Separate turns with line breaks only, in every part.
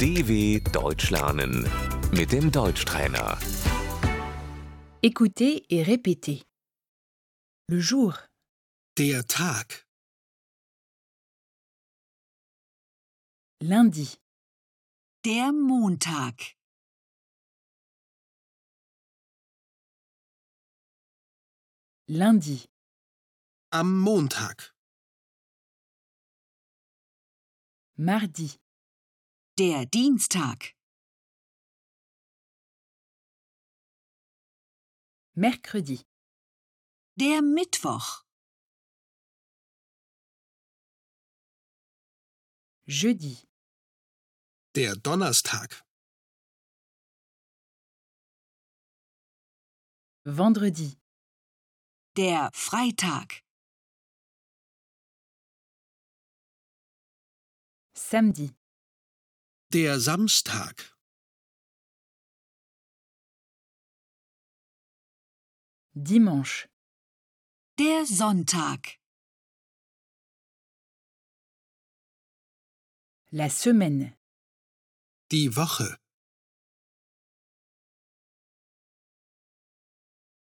DW Deutsch lernen mit dem Deutschtrainer.
Écoutez et répétez. Le jour,
Der Tag,
lundi,
Der Montag.
lundi,
am Montag,
mardi,
Der Dienstag.
mercredi,
Der Mittwoch.
jeudi,
der Donnerstag,
vendredi,
Der Freitag.
samedi,
der Samstag,
dimanche,
Der Sonntag.
la semaine,
die Woche,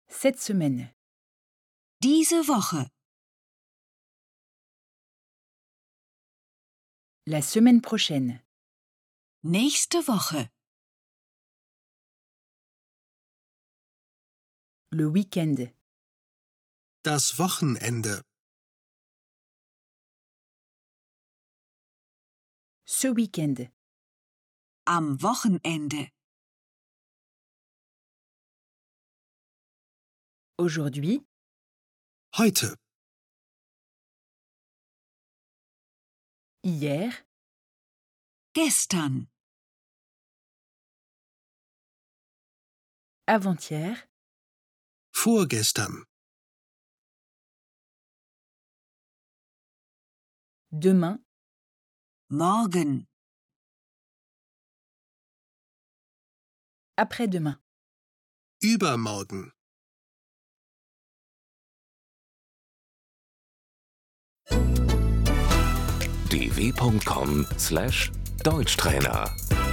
cette semaine,
Diese Woche.
la semaine prochaine,
Nächste Woche.
le week-end,
das Wochenende,
ce week-end,
Am Wochenende.
aujourd'hui,
heute,
hier,
Gestern.
avant-hier,
vorgestern,
demain,
Morgen.
après-demain,
übermorgen.
dw.com/deutschtrainer